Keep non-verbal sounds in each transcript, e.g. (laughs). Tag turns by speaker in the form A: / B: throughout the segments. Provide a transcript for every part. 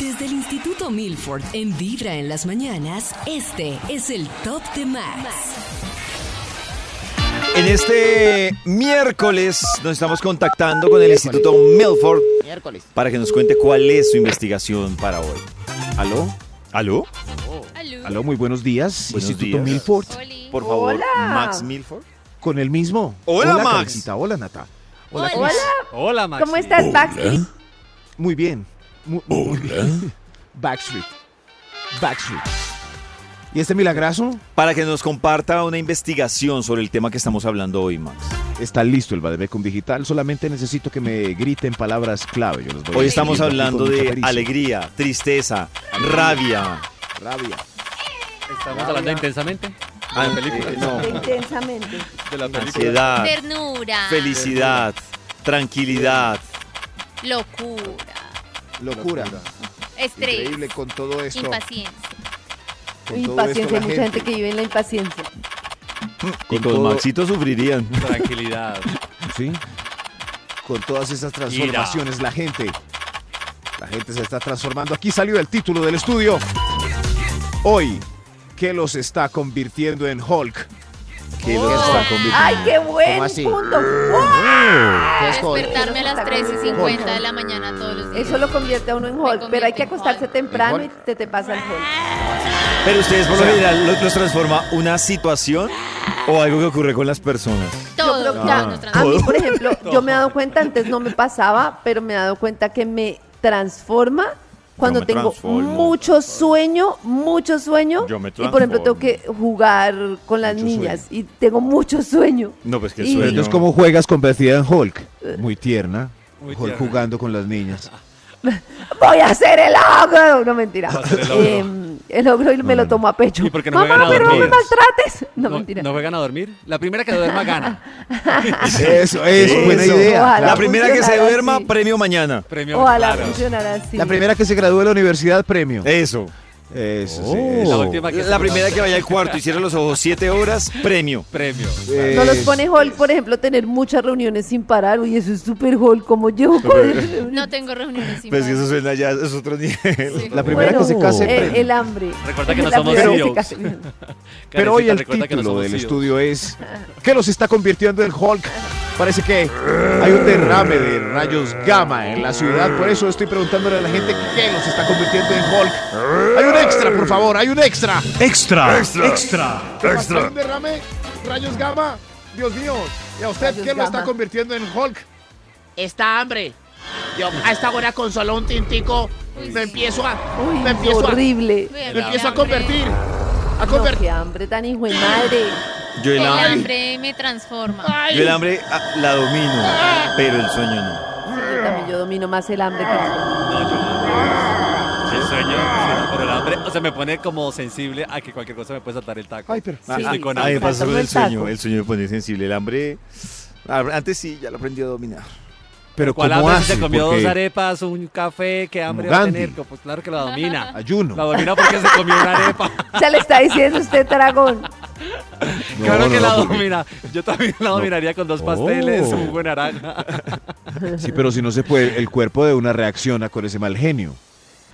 A: Desde el Instituto Milford, en Vibra en las mañanas, este es el Top de Max.
B: En este miércoles nos estamos contactando con el Instituto Milford
C: Miércoles.
B: para que nos cuente cuál es su investigación para hoy. ¿Aló? ¿Aló?
D: Aló.
E: Aló, muy buenos días.
B: Buenos
E: Instituto
B: días.
E: Milford,
D: Oli.
B: Por favor, Max Milford.
E: con el mismo.
B: Hola, Max.
E: Karencita. Hola, Nata.
D: Hola.
E: Cris.
F: Hola, Max.
C: ¿Cómo estás, Baxi?
E: Muy bien. Mu- muy bien. (laughs) Backstreet. Backstreet. ¿Y este milagrazo?
B: Para que nos comparta una investigación sobre el tema que estamos hablando hoy, Max.
E: Está listo el Bademecum Digital. Solamente necesito que me griten palabras clave. Yo los voy
B: Hoy estamos
E: escribiendo aquí
B: hablando
E: con mucha
B: de
E: pericia.
B: alegría, tristeza, rabia.
E: Rabia.
F: Estamos hablando intensamente
B: an- eh, no,
C: Intensamente.
F: de la película.
B: ansiedad,
D: Ternura.
B: felicidad, tranquilidad.
D: Locura.
G: Locura.
E: Locura.
D: Estrés.
G: Increíble con todo esto.
D: Impaciencia.
G: Con todo esto
C: Impaciencia.
G: la
C: Hay mucha gente que vive en la impaciencia.
B: Y con Maxito sufrirían.
F: Tranquilidad.
E: ¿Sí? Con todas esas transformaciones, la gente. La gente se está transformando. Aquí salió el título del estudio. Hoy, ¿qué los está convirtiendo en Hulk?
B: Que los está convirtiendo.
C: ¡Ay, qué buen
G: ¿Cómo así?
F: (laughs)
C: punto! ¡Wow!
G: ¿Qué es joder?
D: Despertarme a las 3 y 50 de la mañana todos los días.
C: Eso lo convierte a uno en Hulk, pero hay que acostarse temprano y te, te pasa el
F: (laughs)
C: Hulk.
B: Pero ustedes por lo general los, los transforma una situación o algo que ocurre con las personas.
C: Yo creo
D: Todo.
C: que
D: todo
C: ya-
D: nos
C: a mí,
D: transforma.
C: por ejemplo, yo me he dado cuenta, antes no me pasaba, pero me he dado cuenta que me transforma cuando
B: me
C: tengo
B: transformo.
C: mucho sueño, mucho sueño.
B: Yo me
C: y por ejemplo tengo
B: transformo.
C: que jugar con las
E: Mucho
C: niñas y tengo mucho sueño.
B: No, pues que
C: Y-
B: sueño.
E: Entonces, ¿cómo juegas convertida en Hulk? Muy tierna.
F: Muy
E: Hulk
F: tierna.
E: jugando con las niñas.
C: voy a hacer el ogro. No, mentira.
F: Va a (laughs) hacer el ogro.
C: Eh, el ogro y me lo tomo a pecho.
F: ¿Y por qué no
C: Mamá,
F: juegan a
C: pero no me
F: dormidas?
C: maltrates. (laughs) (laughs) No, mentira.
F: ¿No juegan a dormir? La primera que duerma
C: (laughs)
F: gana.
E: (laughs) Eso es, buena
B: Eso.
E: idea.
C: Ojalá.
B: La primera que se
C: funcionara
B: duerma,
C: así.
B: premio mañana.
F: Premio.
C: Ojalá
F: claro.
C: funcionara así.
E: La primera que se gradúe de la universidad, premio. Oh.
B: Eso.
E: Eso, sí,
F: La
E: eso.
F: última que
B: La primera que vaya al cuarto y cierre los ojos siete horas, premio.
F: Premio.
C: No los
E: Es-
C: pone Hulk, por ejemplo, tener muchas reuniones sin parar. Uy, eso es súper Hulk. ¿Cómo llevo con
D: No tengo reuniones sin
B: Pues que
D: más.
B: eso suena ya, es otro nivel.
D: Sí.
E: La primera
C: Bueno,
E: que se case,
C: eh,
E: premio.
C: el hambre.
F: Recuerda que no
C: La
F: somos
C: primera que se
F: CEOs.
C: case.
E: Pero hoy
F: Karencita,
E: el
F: recuerda que no
E: título
F: somos
E: del
F: CEOs.
E: estudio es ¿Qué los está convirtiendo en Hulk? Parece que hay un derrame de rayos gamma en la ciudad, por eso estoy preguntándole a la gente qué los está convirtiendo en Hulk. Hay un extra, por favor, hay un extra.
H: Extra, extra, extra.
E: Pasó Un derrame, rayos gamma. Dios mío, ¿y a usted
C: Rayos
E: qué lo está
C: gamma.
E: convirtiendo en Hulk?
C: Está hambre.
I: Yo a esta hora con solo un tintico me empiezo a,
C: Uy,
I: me empiezo a,
C: horrible.
D: Voy a
I: me
D: mirar
I: empiezo a
D: hambre.
I: convertir. A
C: No,
I: convertir.
C: qué hambre tan hijo de madre.
B: Yo el
D: El
B: hambre,
D: hambre me transforma.
I: Ay,
B: yo el hambre ah, la domino, pero el sueño no.
C: Yo también yo domino más el hambre que
F: No, yo no.
E: (laughs)
F: Sí, sueño, sí, por el hambre. O sea, me pone como sensible a que cualquier cosa me puede saltar el taco.
E: Ay, pero-
F: Ah, Sí, estoy con
B: A mí Ah, me
F: hambre.
B: pasa con
C: Pasando
B: el
C: el taco.
B: sueño, el sueño me pone sensible, el hambre... ah, Antes sí, ya lo aprendí a dominar.
E: Pero
F: ¿Cuál
E: ¿cómo
F: hambre si
E: hace?
F: se comió
E: Porque
F: dos arepas, un café? ¿Qué hambre
E: Como
F: va a
E: Gandhi.
F: tener? Pues claro
C: (laughs)
F: que la domina.
E: Ayuno.
F: La domina porque se comió una arepa.
C: Se le está diciendo usted, Dragón.
E: No,
F: claro que
E: no,
F: la
E: no, porque-
F: domina. Yo también la dominaría con dos pasteles,
E: Oh.
F: un buen naranja. (laughs)
E: Sí, pero si no se puede, el cuerpo de una reacciona con ese mal genio.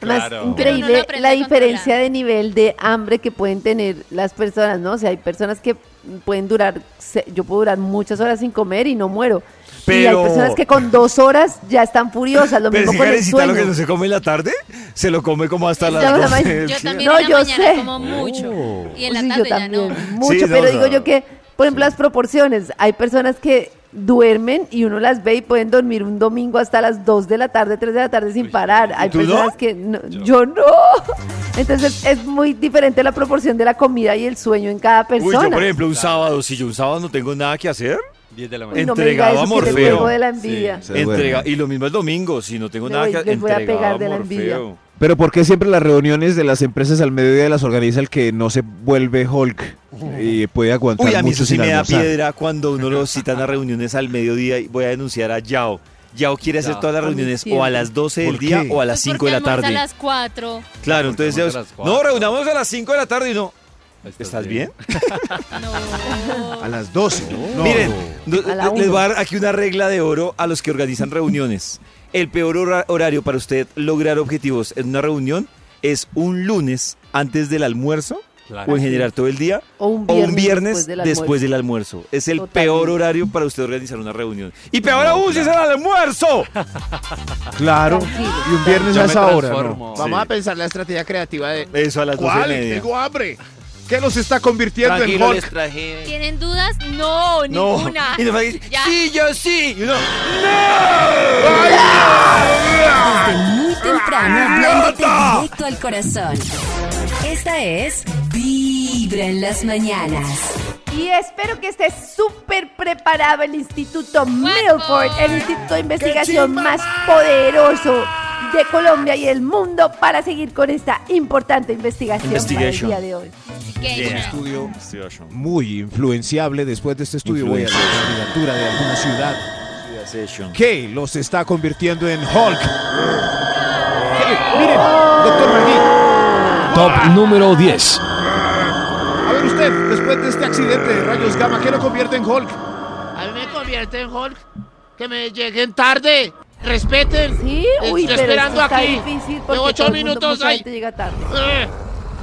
C: Más
F: Claro.
D: Pero uno lo
C: increíble
D: aprende
C: la
D: a
C: diferencia
D: controlar.
C: de nivel de hambre que pueden tener las personas, ¿no? O sea, hay personas que pueden durar, se- yo puedo durar muchas horas sin comer y no muero. Y hay
B: Pero-
C: personas que con dos horas ya están furiosas, lo
B: Pero
C: mismo
B: si
C: con el
B: Karencita lo
C: sueño.
B: que no se come en la tarde, se lo come como hasta
C: Ya,
B: las
C: mamá,
B: 12 del
D: Yo
B: día.
D: también
C: No,
D: en
C: yo
D: la mañana
C: sé. Pues
D: como mucho. Y en la
C: Sí,
D: tarde
C: yo
D: ya no.
C: también, mucho,
B: Sí, no,
C: pero
B: o
C: digo
B: sea,
C: yo que, por ejemplo, las proporciones, hay personas que duermen y uno las ve y pueden dormir un domingo hasta las 2 de la tarde, 3 de la tarde sin parar. Hay
B: Pues, ¿tú
C: personas
B: no?
C: que no- yo. no. (laughs) Entonces es muy diferente la proporción de la comida y el sueño en cada
B: Uy,
C: persona.
B: yo por ejemplo un sábado, si yo un sábado no tengo nada que hacer,
F: 10 de la mañana.
C: Uy, no me
B: entregado
C: diga
B: a
C: eso, que le
B: Morfeo.
C: pego de la envidia.
E: Sí. Se
B: entrega,
E: duerme.
B: y lo mismo el domingo, si no tengo
C: Me
B: nada
C: voy-
B: que hacer,
C: les voy a
B: entregado
C: pegar de la
B: Morfeo.
C: envidia.
E: Pero ¿por qué siempre las reuniones de las empresas al mediodía las organiza el que no se vuelve Hulk? y puede aguantar
B: Uy, a mí
E: mucho
B: eso sí
E: sin
B: me da
E: almorzar.
B: piedra cuando uno lo citan a reuniones al mediodía y voy a denunciar a Yao. Yao quiere hacer
F: Yao.
B: todas las
C: A mí
B: reuniones o a
C: siempre.
B: las 12 del
E: ¿Por
B: día
E: qué?
B: o a las 5 de la
D: Pues A
B: tarde.
D: las 4.
B: Claro,
F: Porque
B: entonces
F: almuerza
B: Yao,
F: a las
B: no,
F: cuatro".
B: reunamos a las 5 de la tarde y no. ¿Estás bien?
D: No.
E: A las 12. No.
B: Miren, no-
C: A la
B: les
C: una.
B: voy a dar aquí una regla de oro a los que organizan reuniones. El peor hora- horario para usted lograr objetivos en una reunión es un lunes antes del almuerzo
F: Claro.
B: o en general todo el día
C: O un
B: o
C: viernes,
B: un viernes después del,
C: almuerzo.
B: almuerzo. Es el
C: Totalmente.
B: peor horario para usted organizar una reunión. Y peor aún si es el almuerzo.
E: Claro.
C: Tranquilo.
E: Y un viernes
F: Yo
E: a
F: me
E: esa hora.
F: transformo.
E: ¿no?
F: Sí.
I: Vamos a pensar la estrategia creativa de...
B: Eso a las doce y
E: ¿Cuál?
B: media.
E: Tengo hambre. ¿Qué los está convirtiendo en Hulk?
G: traje.
D: ¿Tienen dudas? No,
B: No.
D: ninguna.
B: Y nos va a decir,
D: Ya.
B: sí, yo sí. Y uno,
A: Desde muy temprano hablándote directo al corazón. Esta es Vibra en las mañanas.
C: Y espero que esté súper preparado el Instituto Milford, el instituto de investigación más poderoso de Colombia y el mundo para seguir con esta importante investigación para el
B: Investigation.
C: día de hoy.
D: Gay.
E: estudio muy influenciable. Después de este estudio voy a la candidatura de alguna ciudad que los está convirtiendo en Hulk. ¿Qué? Miren, doctor Magui,
H: Top número 10.
E: a ver usted, después de este accidente de rayos gamma, ¿qué lo convierte en Hulk?
I: A mí me convierte en Hulk. Que me lleguen tarde. Respeten.
C: Sí,
I: Eh,
C: uy,
I: estoy
C: pero
I: esperando
C: esto está
I: aquí.
C: difícil
I: De
C: porque
I: ocho
C: todo el mundo,
I: minutos
C: mucha
I: ahí.
C: gente llega tarde.
I: Eh,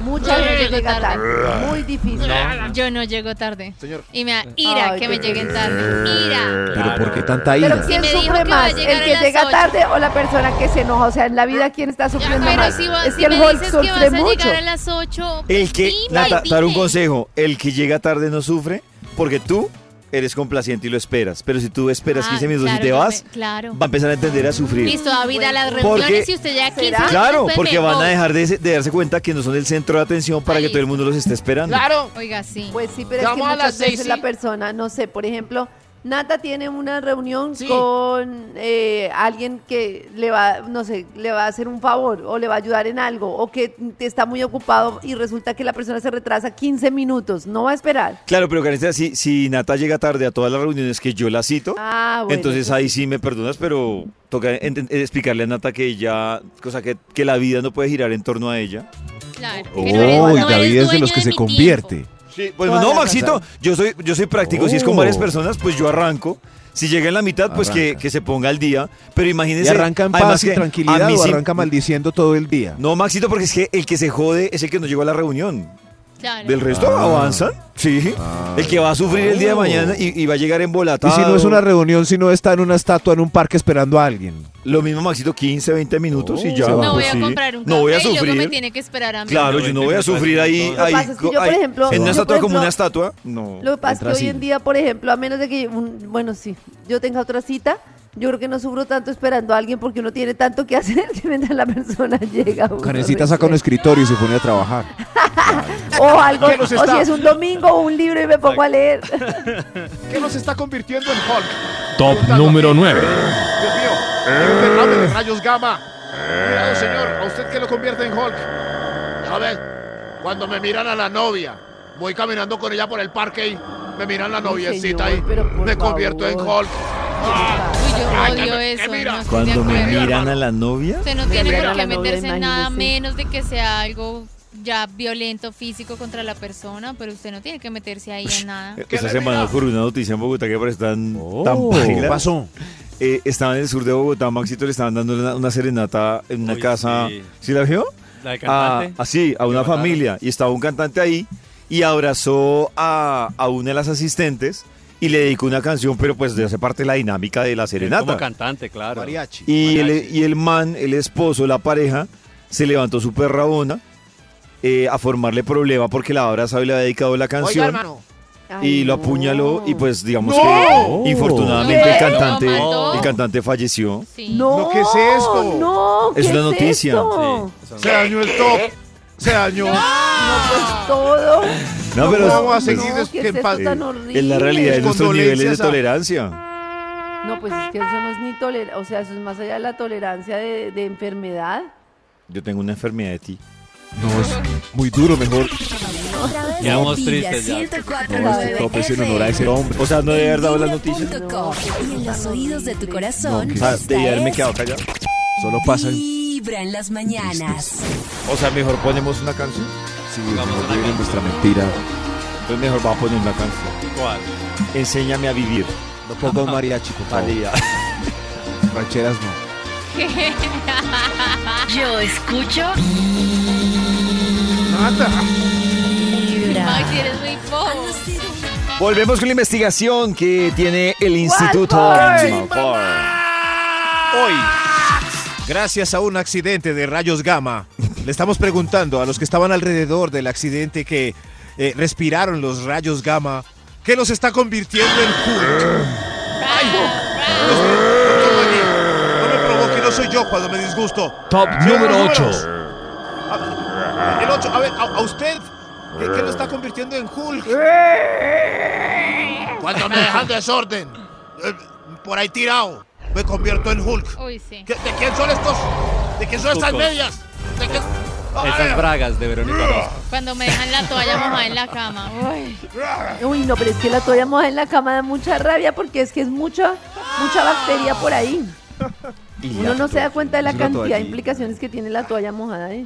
C: Mucha
I: Eh,
C: gente
I: llego
C: llega
D: tarde.
C: tarde. Muy difícil.
D: Yo no llego tarde.
G: Señor.
D: Y me da ira
C: Ay,
D: que me
C: qué-
D: lleguen tarde. Ira.
E: Pero ¿por qué tanta
C: Pero
E: ira?
C: ¿quién
D: me dijo
C: sufre
D: que va a
C: más?
D: llegar
C: ¿El
D: a
C: que
D: las
C: llega
D: ocho.
C: tarde o la persona que se enoja? O sea, en la vida, ¿quién está sufriendo
D: Pero
C: más?
D: si, va-
C: es
D: si
C: que el
D: me
C: Hulk
D: dices que vas
C: sufre
D: a llegar a
C: mucho.
D: las 8,
B: El que,
D: dime,
B: Nata,
D: dime.
B: dar un consejo, el que llega tarde no sufre porque tú eres complaciente y lo esperas, pero si tú esperas
D: Ah,
B: 15 minutos
D: claro,
B: y te
D: yo
B: vas,
D: me- claro.
B: va a empezar a entender a sufrir.
D: Listo, David, a las
B: Porque-
D: reuniones y usted ya 15
C: ¿Será?
D: minutos
B: Claro,
D: después
B: porque
D: me
B: van a
D: voy.
B: dejar de, de darse cuenta que no son el centro de atención para
D: Ah,
B: que todo el
D: listo.
B: mundo los esté esperando.
I: Claro.
D: Oiga, sí.
C: Pues sí, pero es que
I: Llamo a
C: muchas
I: las seis,
C: veces
I: sí.
C: la persona, no sé, por ejemplo, Nata tiene una reunión
I: Sí.
C: con eh, alguien que le va, no sé, le va a hacer un favor o le va a ayudar en algo o que te está muy ocupado y resulta que la persona se retrasa 15 minutos, no va a esperar.
B: Claro, pero Karencita, si, si Nata llega tarde a todas las reuniones que yo la cito,
C: Ah, bueno.
B: entonces
C: eso
B: ahí sí me perdonas, pero toca ent- ent- explicarle a Nata que ella, cosa que, que la vida no puede girar en torno a ella.
D: Claro. que no eres-
E: Oh, y
D: no eres
E: David es de
D: dueño
E: los que
D: de
E: se
D: mi
E: convierte.
D: tiempo.
B: Sí, pues
C: Toda
B: no,
C: la
B: Maxito, yo soy, yo soy práctico. Si es con
E: Oh.
B: varias personas, pues yo arranco. Si llega en la mitad, pues que,
E: Arranca.
B: que se ponga al día. Pero
E: ¿Y
B: imagínense.
E: arranca en
B: además
E: paz y
B: que a
E: tranquilidad
B: mí
E: o
B: sí-
E: arranca maldiciendo todo el día?
B: No, Maxito, porque es que el que se jode es el que no llegó a la reunión.
D: Claro.
B: Del resto
E: Ah.
B: avanzan. Sí. el que va a sufrir el día de mañana y, y va a llegar
E: Y
B: embolatado.
E: si no es una reunión, si no está en una estatua, en un parque esperando a alguien.
B: Lo mismo, Maxito, 15, 20 minutos y ya.
E: No
D: No voy
B: pues
D: a
B: sí.
D: comprar un café
B: No voy a
D: y luego me
B: sufrir.
D: tiene que esperar a mí.
B: Claro, yo no voy a sufrir ahí.
C: Lo que
B: ahí-
C: pasa es que yo, por
B: ahí-
C: ejemplo,
B: en una
C: yo, por
B: estatua como
C: ejemplo-
B: una estatua. No.
C: Lo que pasa es que
E: Entra
C: hoy
E: así.
C: en día, por ejemplo, a menos de que, un- bueno, sí, yo tenga otra cita, yo creo que no sufro tanto esperando a alguien porque uno tiene tanto que (laughs) hacer que mientras la persona llega. uno
E: Canecita
C: no
E: saca un
C: espera.
E: escritorio y se pone a trabajar.
C: O algo,
E: (laughs) ¿Qué nos
C: o
E: está-
C: si es un domingo o un libro y me pongo a leer.
B: (laughs)
E: ¿Qué nos está convirtiendo en Hulk?
H: Top número 9.
E: Dios mío, hay un derrame de rayos gamma. Cuidado, señor, a usted que lo convierte en Hulk.
I: Ya ves, Cuando me miran a la novia, voy caminando con ella por el parque y me miran la noviecita
C: señor,
I: ahí.
C: pero por
I: Me convierto en
C: favor.
I: Hulk.
D: Uy, yo
I: Ay,
D: odio
I: que- que
D: eso.
I: mira.
D: no estoy de
B: Cuando me
D: acuerdo.
B: miran a la novia.
D: Usted no
C: Me
D: tiene
C: mira
D: por
C: la
D: qué
C: novia,
D: meterse en nada
C: imagínese.
D: menos de que sea algo ya violento físico contra la persona, pero usted no tiene que meterse ahí en nada.
F: Ah,
B: Esta semana ocurrió una noticia en Bogotá que parece tan, tan
E: Oh. ¿Qué
B: paila.
E: pasó?
B: Eh, estaba en el sur de Bogotá, Maxito le estaban dando una, una serenata en una
F: Uy,
B: casa.
F: sí.
B: Sí. la vio?
F: La de
B: A-
F: cantante.
B: Ah, Así, a
F: Que
B: una
F: mataron.
B: familia. Y estaba un cantante ahí y abrazó a, a una de las asistentes y le dedicó una canción, pero pues de hace parte de la dinámica de la
F: Como
B: serenata.
F: cantante, claro.
E: Mariachi.
B: Y el,
F: Mariachi.
B: y el man, el esposo, la pareja, se levantó su perrabona eh, a formarle problema porque la abrazado y le había dedicado la
I: Oiga,
B: canción.
I: hermano.
B: y
C: Ay,
B: lo
C: no.
B: apuñaló y pues digamos
E: ¡No!
B: que infortunadamente el
C: ¿Qué?
B: cantante
D: Lo mató.
B: el cantante falleció
D: Sí.
C: No,
E: No, ¿qué es esto?
C: No, ¿qué
B: Es una noticia. Oh.
C: esto?
E: Se dañó el top. Se dañó. (laughs)
C: Pues todo.
B: no pero
E: vamos a
B: pues,
E: seguir
C: No, ¿qué es
E: que en
C: esto
E: paz-
C: tan
B: eh,
C: horrible?
B: es la realidad de nuestros
E: Condolencias
B: niveles de
E: a-
B: tolerancia
C: No, pues es que eso no es ni tolerancia, o sea, eso es más allá de la tolerancia de, de enfermedad.
B: yo tengo una enfermedad de ti
E: No, es muy duro, mejor.
A: A través
F: Quedamos
A: de Vibra
F: tristes ya.
A: 104.9
E: No, este top es en honor a ese
A: FM,
E: hombre.
B: O sea, no debe haber dado las noticias.
A: vibra.com, Y en los oídos de tu corazón.
B: O sea, debí haberme quedado
A: esta
B: callado.
A: es
E: Solo pasan.
A: Vibra en las mañanas.
B: O sea, mejor ponemos una canción.
E: Sí,
F: Vamos a
E: mejor
F: la
E: vivir
F: canción.
E: nuestra mentira.
B: Entonces mejor vamos a poner una canción.
F: ¿Cuál?
B: Enséñame a vivir.
E: No ponga un mariachi, por favor.
B: Talía.
E: Rancheras no.
A: Yo escucho
D: Max, eres muy bobo.
B: Volvemos con la investigación que tiene el Instituto
C: Walford.
B: Walford.
E: Hoy, gracias a un accidente de rayos gamma, le estamos preguntando a los que estaban alrededor del accidente que eh, respiraron los rayos gamma, ¿qué los está convirtiendo en puro? No me provoque, no soy yo cuando me disgusto.
H: Top número 8.
E: A- El 8, a ver, a, a usted, ¿qué, qué lo está convirtiendo en Hulk?
I: Cuando me dejan desorden, eh, por ahí tirado, me convierto en Hulk.
D: Ah, Uy, sí.
I: ¿Qué- ¿De quién son estos? ¿De quién son estas
F: Tucos.
I: medias? ¿De quién?
F: Esas
I: Ah,
F: bragas de Verónica Orozco.
D: Cuando me dejan la toalla mojada en la cama. Uy.
C: Uy, no, pero es que la toalla mojada en la cama da mucha rabia porque es que es mucha, mucha bacteria por ahí. Uno no se da cuenta de la cantidad de implicaciones que tiene la toalla mojada. ¿eh?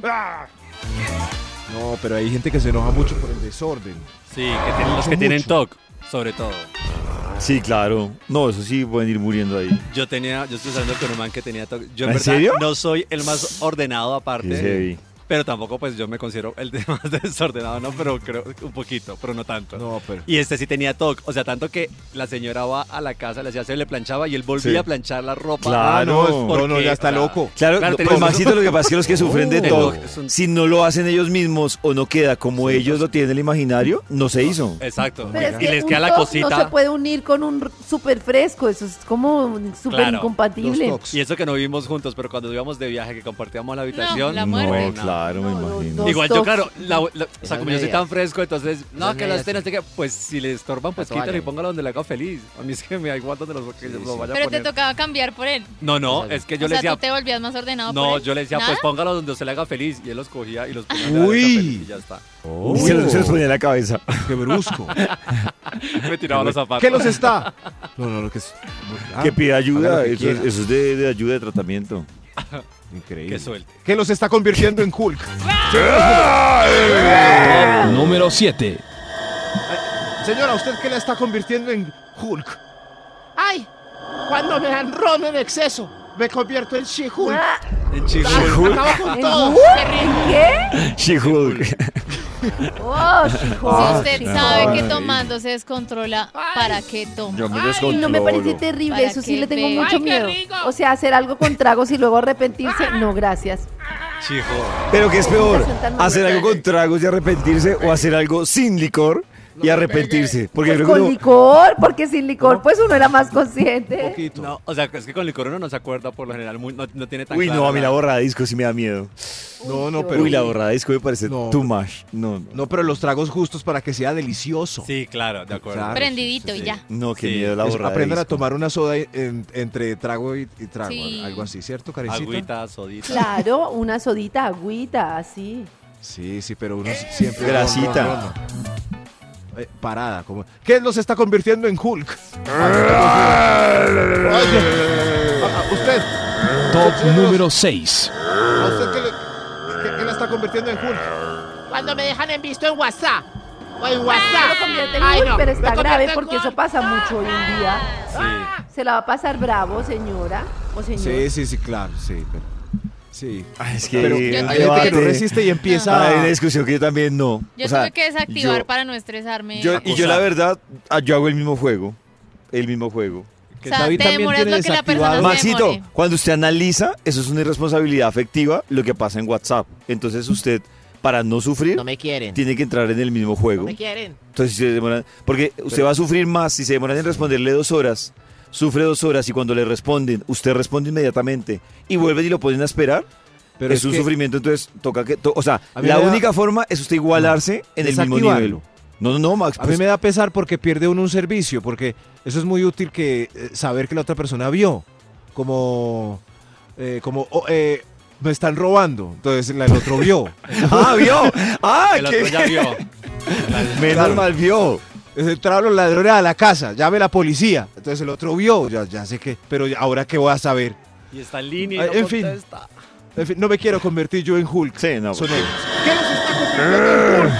E: No, pero hay gente que se enoja mucho por el desorden.
F: Sí, que tienen, los que tienen TOC, sobre todo.
B: Sí, claro. No, eso sí pueden ir muriendo ahí.
F: Yo tenía, yo estoy hablando con un man que tenía TOC. Yo en,
B: ¿En
F: verdad
B: serio?
F: no soy el más ordenado
B: Qué heavy.
F: aparte. Pero tampoco pues yo me considero el de- (laughs) más desordenado, no, pero creo un poquito, pero no tanto.
E: No, pero.
F: Y este sí tenía TOC, o sea, tanto que la señora va a la casa, le hacía se le planchaba y él volvía
B: Sí.
F: a planchar la ropa.
B: Claro.
E: Ah, no,
F: es porque,
E: no, no, ya está
F: o sea,
E: loco.
B: Claro,
F: Claro,
B: pues
F: tenemos-
B: Maxito, lo que pasa es que los que sufren de
F: Uh.
B: todo,
F: Es un-
B: si no lo hacen ellos mismos o no queda como ellos lo tienen en el imaginario, no se hizo.
C: Eh,
F: Exacto.
C: Pero es
F: y
C: que
F: les
C: un
F: queda la
C: top
F: cosita.
C: no se puede unir con un r- súper fresco, eso es como súper
F: Claro,
C: incompatible.
E: los tocs.
F: Y eso que no vivimos juntos, pero cuando íbamos de viaje que compartíamos la habitación.
D: la muerte.
F: no.
B: claro, me imagino.
C: Los
F: Igual yo,
C: tocs.
F: claro, la- la- o sea,
E: Esas
F: como yo soy
E: medias.
F: tan fresco, entonces, no,
E: Esas
F: que las
E: medias,
F: tenas,
E: sí.
F: que, pues si le estorban, pues
E: La toalla.
F: quítalo y póngalo donde le haga feliz. A mí es que me da igual donde los, que
E: Sí,
F: lo
E: sí.
F: vaya a
D: Pero te
F: poner.
D: tocaba cambiar por él.
F: No, no, es que yo
D: o
F: le
D: sea,
F: decía,
D: tú te volvías más ordenado por
F: no,
D: él.
F: yo le decía,
D: ¿Nada?
F: pues póngalo donde se le haga feliz. Y él los cogía y los ponía
E: Uy.
F: donde le haga feliz y ya está. (laughs)
E: Oh.
B: Se, los- se los ponía en la cabeza.
E: ¡Qué brusco!
F: Me tiraba los
E: (laughs)
F: zapatos.
E: ¿Qué los está? No, no, lo que es. ah,
B: (laughs) que pida
E: haga lo
B: ayuda.
E: que
B: Eso, es-
E: quiera.
B: eso es de, de ayuda de tratamiento.
E: Increíble.
F: Que suelte.
E: ¿Qué los está convirtiendo en Hulk?
H: Top número 7.
E: Señora, ¿usted qué la está convirtiendo en Hulk?
I: ¡Ay! Cuando me dan ron en exceso, me convierto en She-Hulk.
C: Ah,
F: En chico.
I: Acabo con
C: ¿En
I: todo.
C: Hulk? qué?
B: She-Hulk. Ah,
C: Oh,
D: Si
C: chico.
D: usted sabe que tomando se descontrola, ¿para qué
B: (laughs)
D: toma?
B: Yo me
C: Ay, no me
B: descontrolo.
C: parece terrible,
D: Para
C: eso sí
D: que
C: le tengo
D: vea.
I: Ay,
C: mucho
I: qué
C: miedo.
I: rico.
C: O sea, hacer algo con tragos y luego arrepentirse, no, gracias.
F: Chico.
B: Pero que es peor,
C: Presentando un
B: hacer algo con tragos y arrepentirse o hacer algo sin licor y arrepentirse. Porque creo que
C: Pues con
B: uno-
C: licor, porque sin licor, pues uno era más consciente.
E: Poquito.
F: No, o sea, es que con licor uno no se acuerda por lo general, muy- no, no tiene tan
B: Uy,
F: claro
B: no, a mí
F: nada.
B: la borrada de disco sí me da miedo.
E: No, no, pero.
B: Uy, la borrada de disco me parece
E: No.
B: too much. No, no.
E: No, pero los tragos justos para que sea delicioso.
F: Sí, claro, de acuerdo.
E: Claro.
D: Prendidito y ya.
B: No, qué
F: Sí,
B: miedo la
E: Eso,
B: borrada. de
E: aprendan a
B: disco.
E: tomar una soda en- entre trago y, y trago,
D: Sí.
E: algo así, ¿cierto, carecita?
F: Agüita, sodita.
C: Claro, una sodita, agüita, así.
E: Sí, sí, pero uno siempre...
B: Grasita.
E: No, no, no. Eh, parada, como... ¿Qué los está convirtiendo en Hulk? Oye, a- a usted,
H: Top número 6.
E: ¿a usted qué, le- qué- qué la está convirtiendo en Hulk?
I: Cuando me dejan en visto en WhatsApp. O en
C: Ah, Lo
I: WhatsApp.
C: convierte en
I: Ay,
C: Hulk,
I: no,
C: pero
I: me
C: está
I: convierte
C: grave
I: en
C: porque
I: Hulk.
C: eso pasa mucho hoy en día.
F: Sí.
C: Se la va a pasar bravo, señora o señor.
E: Sí, sí, sí, claro, sí, pero... Sí.
B: Ay, es que
E: Pero
B: el
D: yo
E: hay gente que
B: debate- Ah,
E: no resiste y empieza...
B: Hay una
E: a-
B: discusión que yo también no.
D: Yo
B: O sea,
D: tuve que desactivar
B: yo-
D: para no estresarme.
B: yo- y yo
F: Acosar.
B: la verdad, ah, yo hago el mismo juego. El mismo juego.
D: o sea,
E: David
D: te
E: también
D: demoras
E: tiene
D: lo que la persona
E: desactivado.
D: se
B: Maxito,
D: demore.
B: cuando usted analiza, eso es una irresponsabilidad afectiva lo que pasa en WhatsApp. Entonces usted, para no sufrir,
G: No me quieren.
B: tiene que entrar en el mismo
G: No
B: juego.
G: me quieren.
B: Entonces, si se demoran- porque usted va a sufrir más si se demoran en responderle dos horas. Sufre dos horas y cuando le responden, usted responde inmediatamente y vuelven y lo ponen a esperar.
E: Pero
B: es,
E: es
B: un
E: que-
B: sufrimiento, entonces toca que. to- o sea,
E: A mí
B: la
E: me da-
B: única forma es usted igualarse en el mismo
E: Desactivarlo.
B: nivel. No, no, no, Max.
E: A mí
B: pues,
E: me da pesar porque pierde uno un servicio, porque eso es muy útil que eh, saber que la otra persona vio. Como, eh, como oh, eh, me están robando. Entonces la- el otro vio. (laughs)
B: (laughs) ¡Ah, vio! ¡Ah,
F: El
B: qué
F: otro ya
B: bien!
F: vio.
E: Menos mal vio. Entraron los ladrones a la casa, llame la policía. Entonces el otro vio, ya, ya sé qué, pero ya- ahora qué voy a saber.
F: Y está en línea.
B: Ah,
E: Ay,
F: y no
E: en fin.
F: contesta.
E: En fin, no me quiero convertir yo en Hulk.
B: Sí, no.
E: Son ellos.
I: ¿Qué los está convirtiendo en Hulk?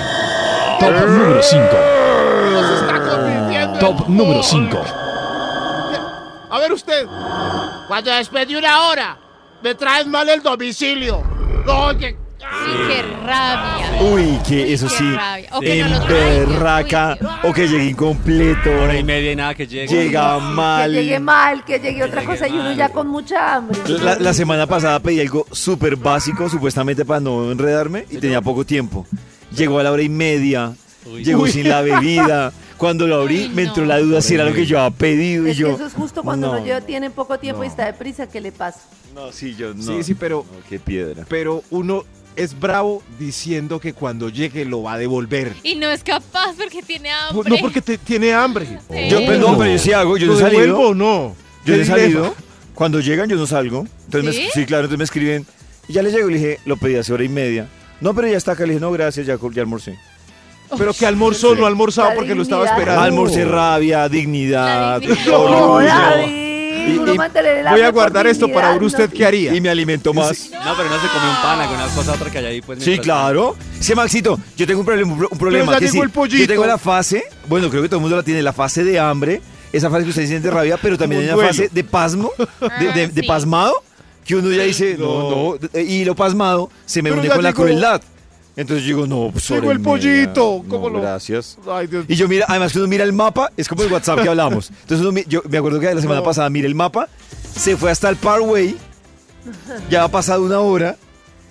H: Top número 5.
I: ¿Qué los está convirtiendo en
H: Top
I: Hulk?
H: número 5.
I: A ver usted. Cuando después de una hora me traes mal el domicilio. No, que...
D: Sí, qué rabia.
B: Uy, que eso
D: Qué
B: sí.
D: rabia. O que no lo
B: En
D: traigan,
B: berraca.
D: juicio.
B: O que llegue incompleto.
F: Hora y media y nada que llegue.
B: Llega
C: Que
B: mal.
C: llegue mal, que llegue otra
F: llegue
C: cosa y uno
F: mal.
C: ya con mucha hambre.
B: La, la semana pasada pedí algo súper básico, supuestamente para no enredarme, y tenía poco tiempo. Llegó a la hora y media,
F: Uy.
B: llegó
F: Uy.
B: sin la bebida. Cuando lo abrí,
D: Ay,
B: me
D: no.
B: entró la duda si era lo que yo había pedido.
C: Es
B: y yo,
C: que eso es justo cuando
B: no,
C: uno lleva- tiene poco tiempo y está deprisa, ¿qué le pasa?
B: No, sí, yo no.
E: Sí, sí, pero,
B: No, qué piedra.
E: pero uno es bravo diciendo que cuando llegue lo va a devolver.
D: Y no es capaz porque tiene hambre.
E: No porque te- tiene hambre.
D: Sí.
B: Yo,
D: Oh.
B: perdón, pero yo sí hago, yo
E: ¿Lo
B: no he
E: devuelvo
B: salido.
E: o no?
B: Yo no he
E: Qué
B: salido.
E: dilema.
B: Cuando llegan, yo no salgo. Entonces
D: ¿Sí?
B: Me, sí, claro, entonces me escriben. Y ya les llego y le dije, lo pedí hace hora y media. No, pero ya está acá. Le dije, no, gracias, ya, ya almorcé.
E: Pero que almorzó, no almorzaba
C: La
E: porque lo estaba
C: dignidad.
E: esperando.
B: Almorcé rabia, dignidad.
D: La dignidad.
B: dolor,
C: No,
B: orgullo.
C: David,
B: Y-
C: uno
B: y
C: mantener el
E: Voy a
C: hambre por
E: guardar esto para
C: dignidad,
E: ver usted
C: no.
E: qué haría.
B: Y me alimento más.
F: No, pero no se come un pan, alguna cosa otra que hay ahí. Pues,
B: Sí,
F: mientras-
B: claro. Sí, Maxito, yo tengo un, problema- un pro- un problema.
E: ya
B: que
E: llegó
B: sí,
E: el pollito.
B: Yo tengo la fase, bueno, creo que todo el mundo la tiene, la fase de hambre, esa fase que usted siente rabia, pero también
E: Como un
B: hay una
E: duelo.
B: fase de pasmo, de, de-
D: Ah,
B: de
D: sí.
B: pasmado, que uno ya dice, no, no, y lo pasmado se me
E: Pero
B: une
E: ya
B: con la
E: llegó.
B: crueldad. Entonces yo digo, no, pues
E: Llegó
B: hora
E: el
B: y media.
E: pollito, ¿cómo
B: no,
E: no?
B: Gracias.
E: Ay, Dios
B: Y yo mira, además que uno mira el mapa, es como el WhatsApp que hablamos. Entonces uno mi- yo me acuerdo que la semana
E: No.
B: pasada miré el mapa, se fue hasta el Parkway, ya ha pasado una hora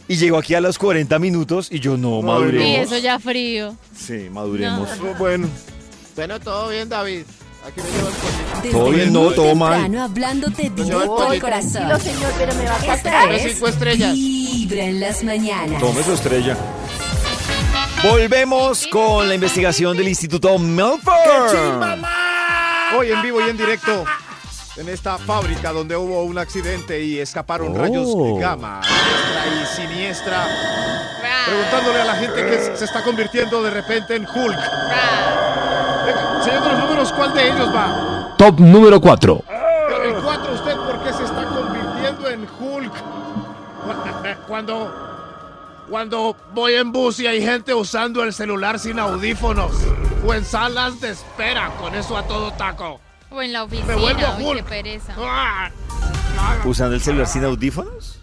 B: y llegó aquí a los 40 minutos y yo no,
D: Y
B: maduremos.
D: eso ya frío.
B: Sí, maduremos.
E: mío. Bueno.
I: Bueno, todo bien, David. Aquí me llevo el coche.
A: Desde
B: Todo bien, no,
A: muy
B: todo mal.
A: temprano, hablándote directo al
C: Oye,
A: corazón.
C: tranquilo, señor, pero me va a
A: Esta
C: pasar.
I: Dame
A: es
I: cinco estrellas.
A: Vibra en las mañanas.
B: Tome su estrella. Volvemos con la investigación del Instituto Melford.
E: Hoy en vivo y en directo en esta fábrica donde hubo un accidente y escaparon
B: Oh.
E: rayos gamma a diestra y siniestra, preguntándole a la gente que se está convirtiendo de repente en Hulk. Venga, Señor de los números, ¿cuál de ellos va?
H: Top número 4.
E: El 4, ¿usted por qué se está convirtiendo en Hulk? (laughs)
I: Cuando... Cuando voy en bus y hay gente usando el celular sin audífonos o en salas de espera, con eso a todo taco.
D: O en la
I: Me vuelvo
D: oficina, uy, qué
I: Hulk.
D: pereza.
I: Ah.
B: ¿Usando el celular sin audífonos?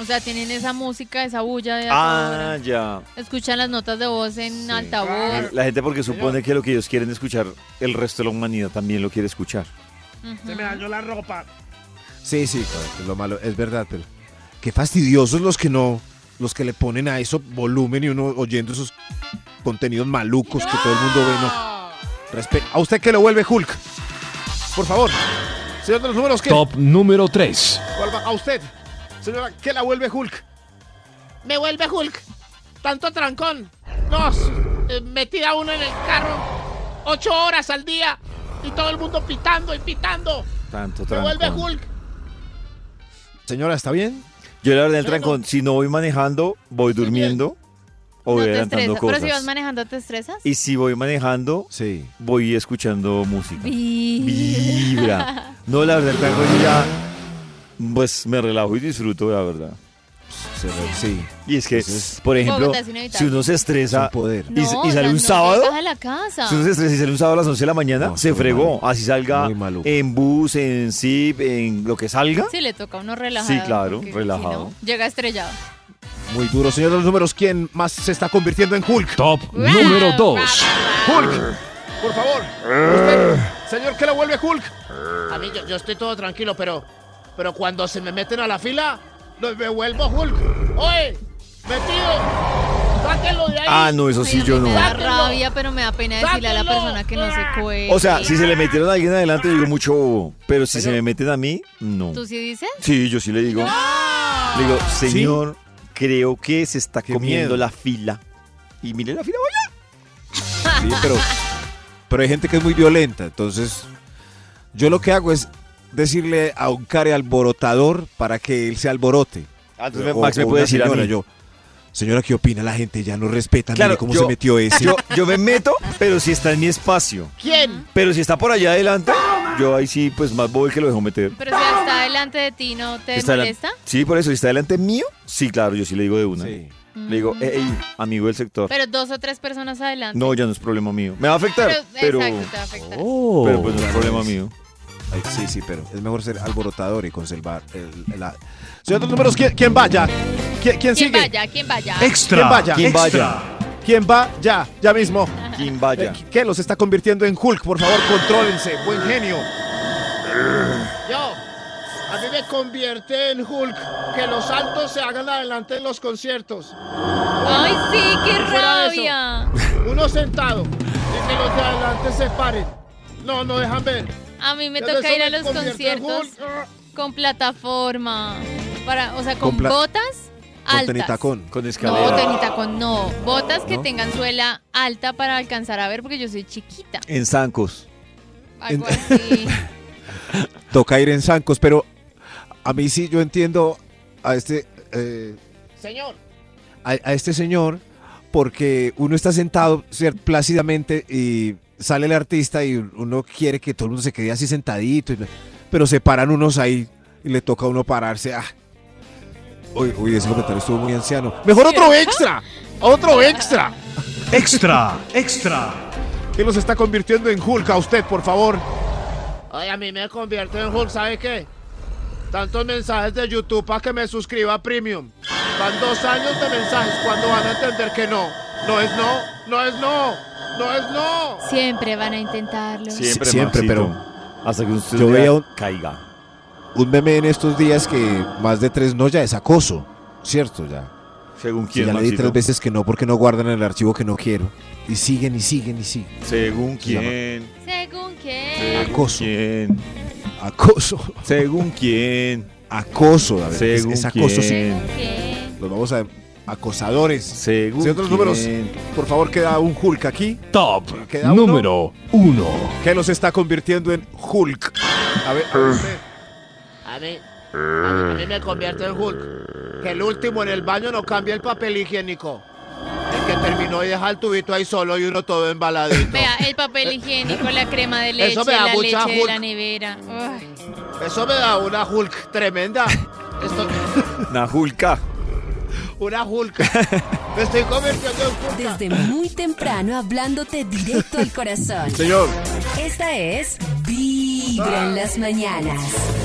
D: O sea, tienen esa música, esa bulla de
B: Ah,
D: ahora.
B: ya.
D: Escuchan las notas de voz en altavoz.
B: La gente porque supone que lo que ellos quieren escuchar, el resto de la humanidad también lo quiere escuchar.
I: Se me dañó la ropa.
E: Sí, sí, lo malo, es verdad, pero qué fastidiosos los que no, los que le ponen a eso volumen y uno oyendo esos contenidos malucos que todo el mundo ve, no. Respe- a usted que lo vuelve Hulk. Por favor. Señor de los números, ¿qué?
H: Top número 3.
E: ¿Cuál va? A usted. Señora, ¿qué la vuelve Hulk?
I: Me vuelve Hulk. Tanto trancón. Nos metida uno en el carro ocho horas al día y todo el mundo pitando y pitando.
B: Tanto
I: Me
B: trancón.
I: vuelve Hulk.
E: Señora, ¿está bien?
B: Yo la verdad el
I: Bueno.
B: trancón, si no voy manejando, voy durmiendo o voy
D: no te
B: adelantando
D: estresas. Pero si vas
B: cosas.
D: manejando, ¿te estresas?
B: Y si voy manejando,
E: Sí.
B: voy escuchando música.
D: Vi- (laughs)
B: Vibra. No, la verdad el trancón yo ya pues me relajo y disfruto, la verdad.
E: se re- sí.
B: Y es que,
E: Entonces,
B: por ejemplo,
D: Bogotá es inevitable.
B: si uno se estresa
E: Es un poder.
B: y, y
D: No, o sea,
B: sale un
D: no
B: sábado,
D: llegas a la casa.
B: si uno se estresa y sale un sábado a las 11 de la mañana,
E: No,
B: se
E: muy
B: fregó.
E: maluco.
B: Así salga
E: Muy maluco.
B: en bus, en zip, en lo que salga.
D: Sí, le toca a uno relajado.
B: Sí, claro,
D: porque si
B: relajado.
D: no, llega estrellado.
E: Muy duro, señor de los números, ¿quién más se está convirtiendo en Hulk?
H: Top número 2.
E: Hulk. Por favor.
B: Eh.
E: Usted, señor, ¿qué la vuelve Hulk?
I: A mí yo, yo estoy todo tranquilo, pero, pero cuando se me meten a la fila, no, me vuelvo Hulk. ¡Oye! ¡Metido! ¡Sáquenlo de ahí!
B: Ah, no, eso sí
D: Ay, a
B: yo
D: mí
B: no.
D: Me da
I: Sáquenlo.
D: rabia, pero me da pena decirle a la
I: Sáquenlo.
D: persona que no se cuele.
B: O sea, si se le metieron a alguien adelante, digo mucho bobo. Pero si se me meten a mí, no.
D: ¿Tú sí dices?
B: Sí, yo sí le digo. Le digo, señor, creo que se está
E: Qué
B: comiendo
E: miedo.
B: la fila. Y mire la fila,
E: Sí, pero, pero hay gente que es muy violenta, entonces yo lo que hago es decirle a un care alborotador para que él se alborote.
B: vaya.
E: O-
B: Max Ah, me
E: o
B: puede
E: una
B: decir a
E: señora,
B: mí.
E: Yo, Señora, ¿qué opina la gente? Ya no respeta.
B: Claro,
E: Mire cómo
B: yo-
E: se metió ese.
B: Yo, yo me meto, pero si está en mi espacio.
I: ¿Quién?
B: Pero si está por allá adelante, yo ahí sí, pues más voy que lo dejo meter.
D: Pero si está delante de ti, ¿no te
B: Está delan-
D: molesta?
B: Sí, por eso, si está delante mío, sí, claro, yo sí le digo de una. Le digo, hey, amigo del sector.
D: Pero dos o tres personas adelante.
B: No, ya no es problema mío. Me va a afectar, pero,
D: Exacto, te va a afectar.
B: pero pues no es problema mío.
E: Ay, sí, sí, pero es mejor ser alborotador y conservar el, la... Señor de los números, ¿quién, quién va ya? ¿Quién, quién
D: ¿Quién
E: sigue?
D: vaya? ¿Quién vaya?
B: Eh,
H: Extra.
E: ¿Quién vaya?
B: ¿Quién
E: Extra.
B: vaya?
E: ¿Quién va ya? Ya mismo.
B: Quien vaya.
E: Eh, ¿Qué los está convirtiendo en Hulk? Por favor, contrólense. Buen genio.
I: Yo, a mí me convierte en Hulk que los altos se hagan adelante en los conciertos.
D: Ay, sí, qué
I: Fuera de eso.
D: rabia.
I: Uno sentado y que los de adelante se paren. No, no dejan ver.
D: A mí me
I: Ya
D: toca
I: eso
D: ir a
I: me
D: los
I: convierte en
D: conciertos
I: Hulk.
D: con plataforma. Para, o sea, con,
E: Con pla-
D: botas
E: Con
D: altas.
E: tenitacón.
B: Con
D: No,
B: escalera.
D: tenitacón, no. Botas que
E: ¿No?
D: tengan suela alta para alcanzar a ver porque yo soy chiquita.
B: en zancos.
E: (laughs)
D: Algo así.
E: Toca ir en zancos, pero a mí sí yo entiendo a este... eh,
I: Señor,
E: a, a este señor porque uno está sentado cier- plácidamente y sale el artista y uno quiere que todo el mundo se quede así sentadito, y- pero se paran unos ahí y le toca a uno pararse. Ah. Uy, uy, ese comentario estuvo muy anciano. Mejor otro extra, otro extra.
H: Extra. Extra.
E: Que los está convirtiendo en Hulk a usted, por favor.
I: ay, a mí me convierte en Hulk, ¿sabe qué? Tantos mensajes de YouTube para que me suscriba a Premium. Van dos años de mensajes cuando van a entender que no. No es no, no es no, no es no.
D: Siempre van a intentarlo.
B: Siempre,
E: siempre,
B: Maxito. Hasta que usted yo
E: veía un-
B: caiga.
E: Un meme en estos días que más de tres no ya es acoso, ¿cierto? Ya.
B: Según
E: Si
B: quién,
E: ya le di
B: Maxito?
E: tres veces que no porque no guardan el archivo que no quiero. Y siguen y siguen y siguen.
B: Según
E: Se llama-
B: quién.
D: Según que.
B: Según
E: Acoso.
B: quién.
E: Acoso.
B: Según quién.
E: Acoso, David. Es,
B: Según
E: es acoso, sí.
B: quién.
D: Según que.
E: Los vamos a acosadores.
B: Según
E: Si otros números,
B: quién.
E: por favor, queda un Hulk aquí,
H: Top.
E: Queda uno.
H: Número uno.
E: que los está convirtiendo en Hulk. A ver,
I: A mí, a mí- a mí me convierte en Hulk. Que el último en el baño no cambia el papel higiénico. El que terminó y deja el tubito ahí solo y uno todo embaladito.
D: Vea, el
E: (laughs)
D: papel higiénico, la crema de leche,
I: me da
D: la leche
I: mucha
D: de la
I: Hulk.
D: nevera. Ay,
I: Eso me da una Hulk tremenda. Esto-
B: Najulka.
I: una Hulk. Me estoy convirtiendo en Hulk.
A: Desde muy temprano hablándote directo al corazón.
E: señor.
A: Esta es Vibra en las mañanas.